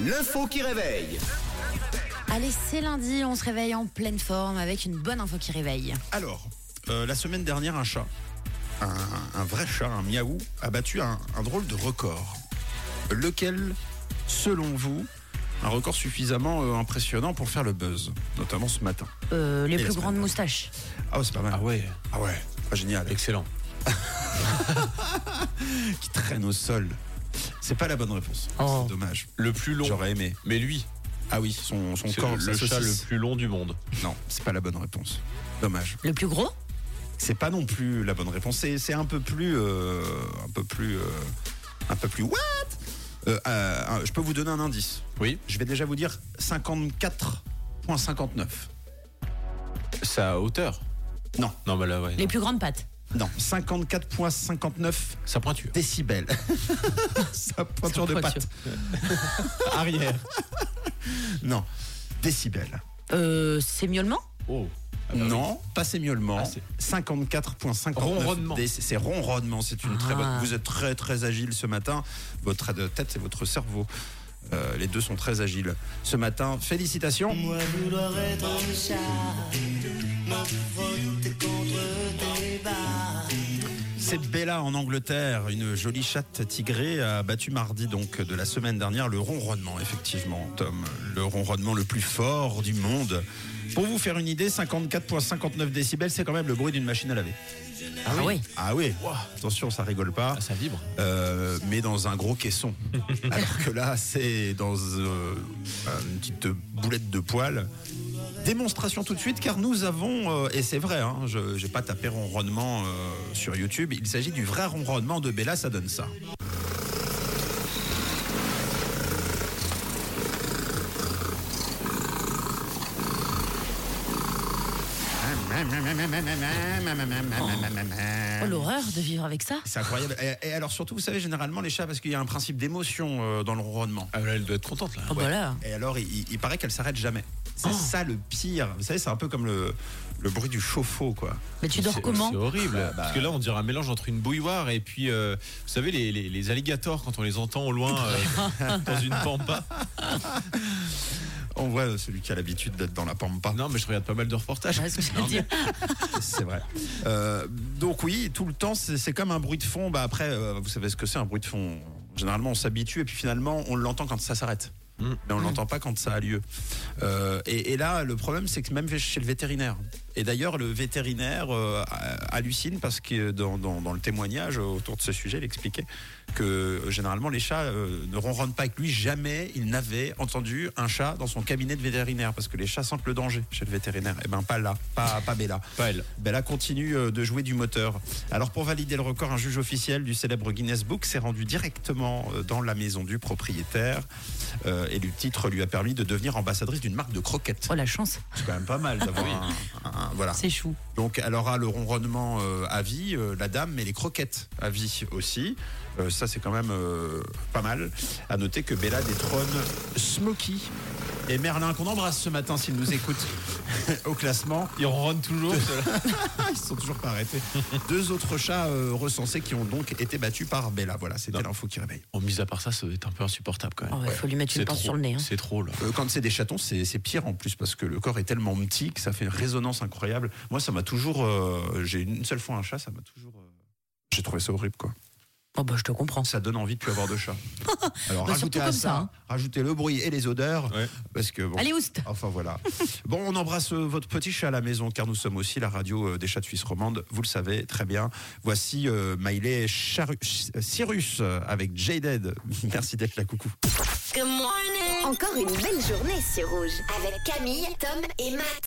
L'info qui réveille. Allez, c'est lundi, on se réveille en pleine forme avec une bonne info qui réveille. Alors, euh, la semaine dernière, un chat, un, un vrai chat, un miaou, a battu un, un drôle de record. Lequel, selon vous, un record suffisamment euh, impressionnant pour faire le buzz, notamment ce matin Euh, les la plus semaine grandes dernière. moustaches. Ah, ouais, c'est pas mal. Ah ouais, Ah ouais, pas génial. excellent. Qui traîne au sol. C'est pas la bonne réponse. Oh. C'est dommage. Le plus long. J'aurais aimé. Mais lui, Ah oui, son, son c'est corps, le sa chat le saucisse. plus long du monde. Non, c'est pas la bonne réponse. Dommage. Le plus gros C'est pas non plus la bonne réponse. C'est, c'est un peu plus, euh, un peu plus, euh, un peu plus what Euh, euh, Je peux vous donner un indice. Oui. Je vais déjà vous dire 54.59. Sa hauteur. Non, Non, bah là, ouais. Les plus grandes pattes. non, 54.59 Sa pointure. décibels. Sa pointure de patte. Arrière. Non, décibels. Euh, ses miaulements Oh. non, pas ses miaulements. Ah, c'est- 54.59. Ronronnement. Des- C'est ronronnement, c'est une très Ah. bonne. Vous êtes très très agile ce matin. Votre euh, tête et votre cerveau. Euh, les deux sont très agiles. Ce matin, félicitations. Moi vouloir être un chat, me frotter contre tes barres. C'est Bella en Angleterre, une jolie chatte tigrée a battu mardi donc de la semaine dernière le ronronnement effectivement Tom, le ronronnement le plus fort du monde. Pour vous faire une idée, 54.59 décibels, c'est quand même le bruit d'une machine à laver. Ah oui. Ah oui. Attention, ça rigole pas. Ah, ça vibre. Euh, mais dans un gros caisson. Alors que là, c'est dans euh, une petite boulette de poil. Démonstration tout de suite, car nous avons, euh, et c'est vrai, hein, je n'ai pas tapé ronronnement euh, sur YouTube, il s'agit du vrai ronronnement de Bella, ça donne ça. Oh, l'horreur de vivre avec ça. Oh, C'est incroyable. Et, et alors surtout, vous savez, généralement, les chats, parce qu'il y a un principe d'émotion euh, dans le ronronnement. Ah, là, elle doit être contente, là. Oh, bah là. Et alors, il, il- il paraît qu'elle s'arrête jamais. C'est ça le pire. Vous savez, c'est un peu comme le, le bruit du chauffe-eau, quoi. Mais tu dors C'est- comment C'est horrible. Ah, bah. Parce que là, on dirait un mélange entre une bouilloire et puis, euh, vous savez, les, les- les alligators, quand on les entend au loin, euh, dans une pampa. On voit euh, celui qui a l'habitude d'être dans la pampa. Non, mais je regarde pas mal de reportages. Ouais, ce que j'allais dire. C'est vrai. Euh, donc oui, tout le temps, c'est c'est comme un bruit de fond. Bah après, euh, vous savez ce que c'est un bruit de fond. Généralement, on s'habitue et puis finalement, on l'entend quand ça s'arrête. Mm. Mais on l'entend pas quand ça a lieu. Euh, et, et là, le problème, c'est que même chez le vétérinaire. Et d'ailleurs, le vétérinaire euh, hallucine parce que dans, dans- dans le témoignage autour de ce sujet, il expliquait que euh, généralement les chats euh, ne ronronnent pas avec lui. Jamais il n'avait entendu un chat dans son cabinet de vétérinaire parce que les chats sentent le danger chez le vétérinaire. Et ben pas là, pas, pas Bella. Pas elle. Bella continue euh, de jouer du moteur. Alors pour valider le record, un juge officiel du célèbre Guinness Book s'est rendu directement euh, dans la maison du propriétaire Euh, et le titre lui a permis de devenir ambassadrice d'une marque de croquettes. Oh, la chance. C'est quand même pas mal d'avoir un, un- voilà. C'est chou. Donc elle aura le ronronnement euh, à vie, euh, la dame, mais les croquettes à vie aussi. Euh, ça c'est quand même euh, pas mal. À noter que Bella détrône Smokey et Merlin qu'on embrasse ce matin s'il nous écoute au classement. Ils ronronnent toujours. ceux-là. Ah, ils se sont toujours pas arrêtés. Deux autres chats euh, recensés qui ont donc été battus par Bella. Voilà, c'était l'info qui réveille. Bon, Oh, mis à part ça, ça doit être un peu insupportable quand Oh, même. ouais, faut lui mettre C'est une pince trop. sur le nez. hein. C'est trop, là. Euh, Quand c'est des chatons, c'est c'est pire en plus parce que le corps est tellement petit que ça fait une résonance incroyable. Moi, ça m'a toujours. euh, J'ai une seule fois un chat, ça m'a toujours. euh, J'ai trouvé ça horrible, quoi. Oh, bah, je te comprends. Ça donne envie de plus avoir de chat. Alors, Bah, surtout rajoutez à comme ça, ça, hein. rajoutez le bruit et les odeurs. Ouais. Parce que bon. Allez, oust Enfin voilà. Bon, on embrasse euh, votre petit chat à la maison car nous sommes aussi la radio euh, des chats de Suisse romande. Vous le savez très bien. Voici euh, Miley Charu- Ch- Cyrus euh, avec Jaded. Merci d'être là, coucou. Encore une belle journée sur Rouge avec Camille, Tom et Matt.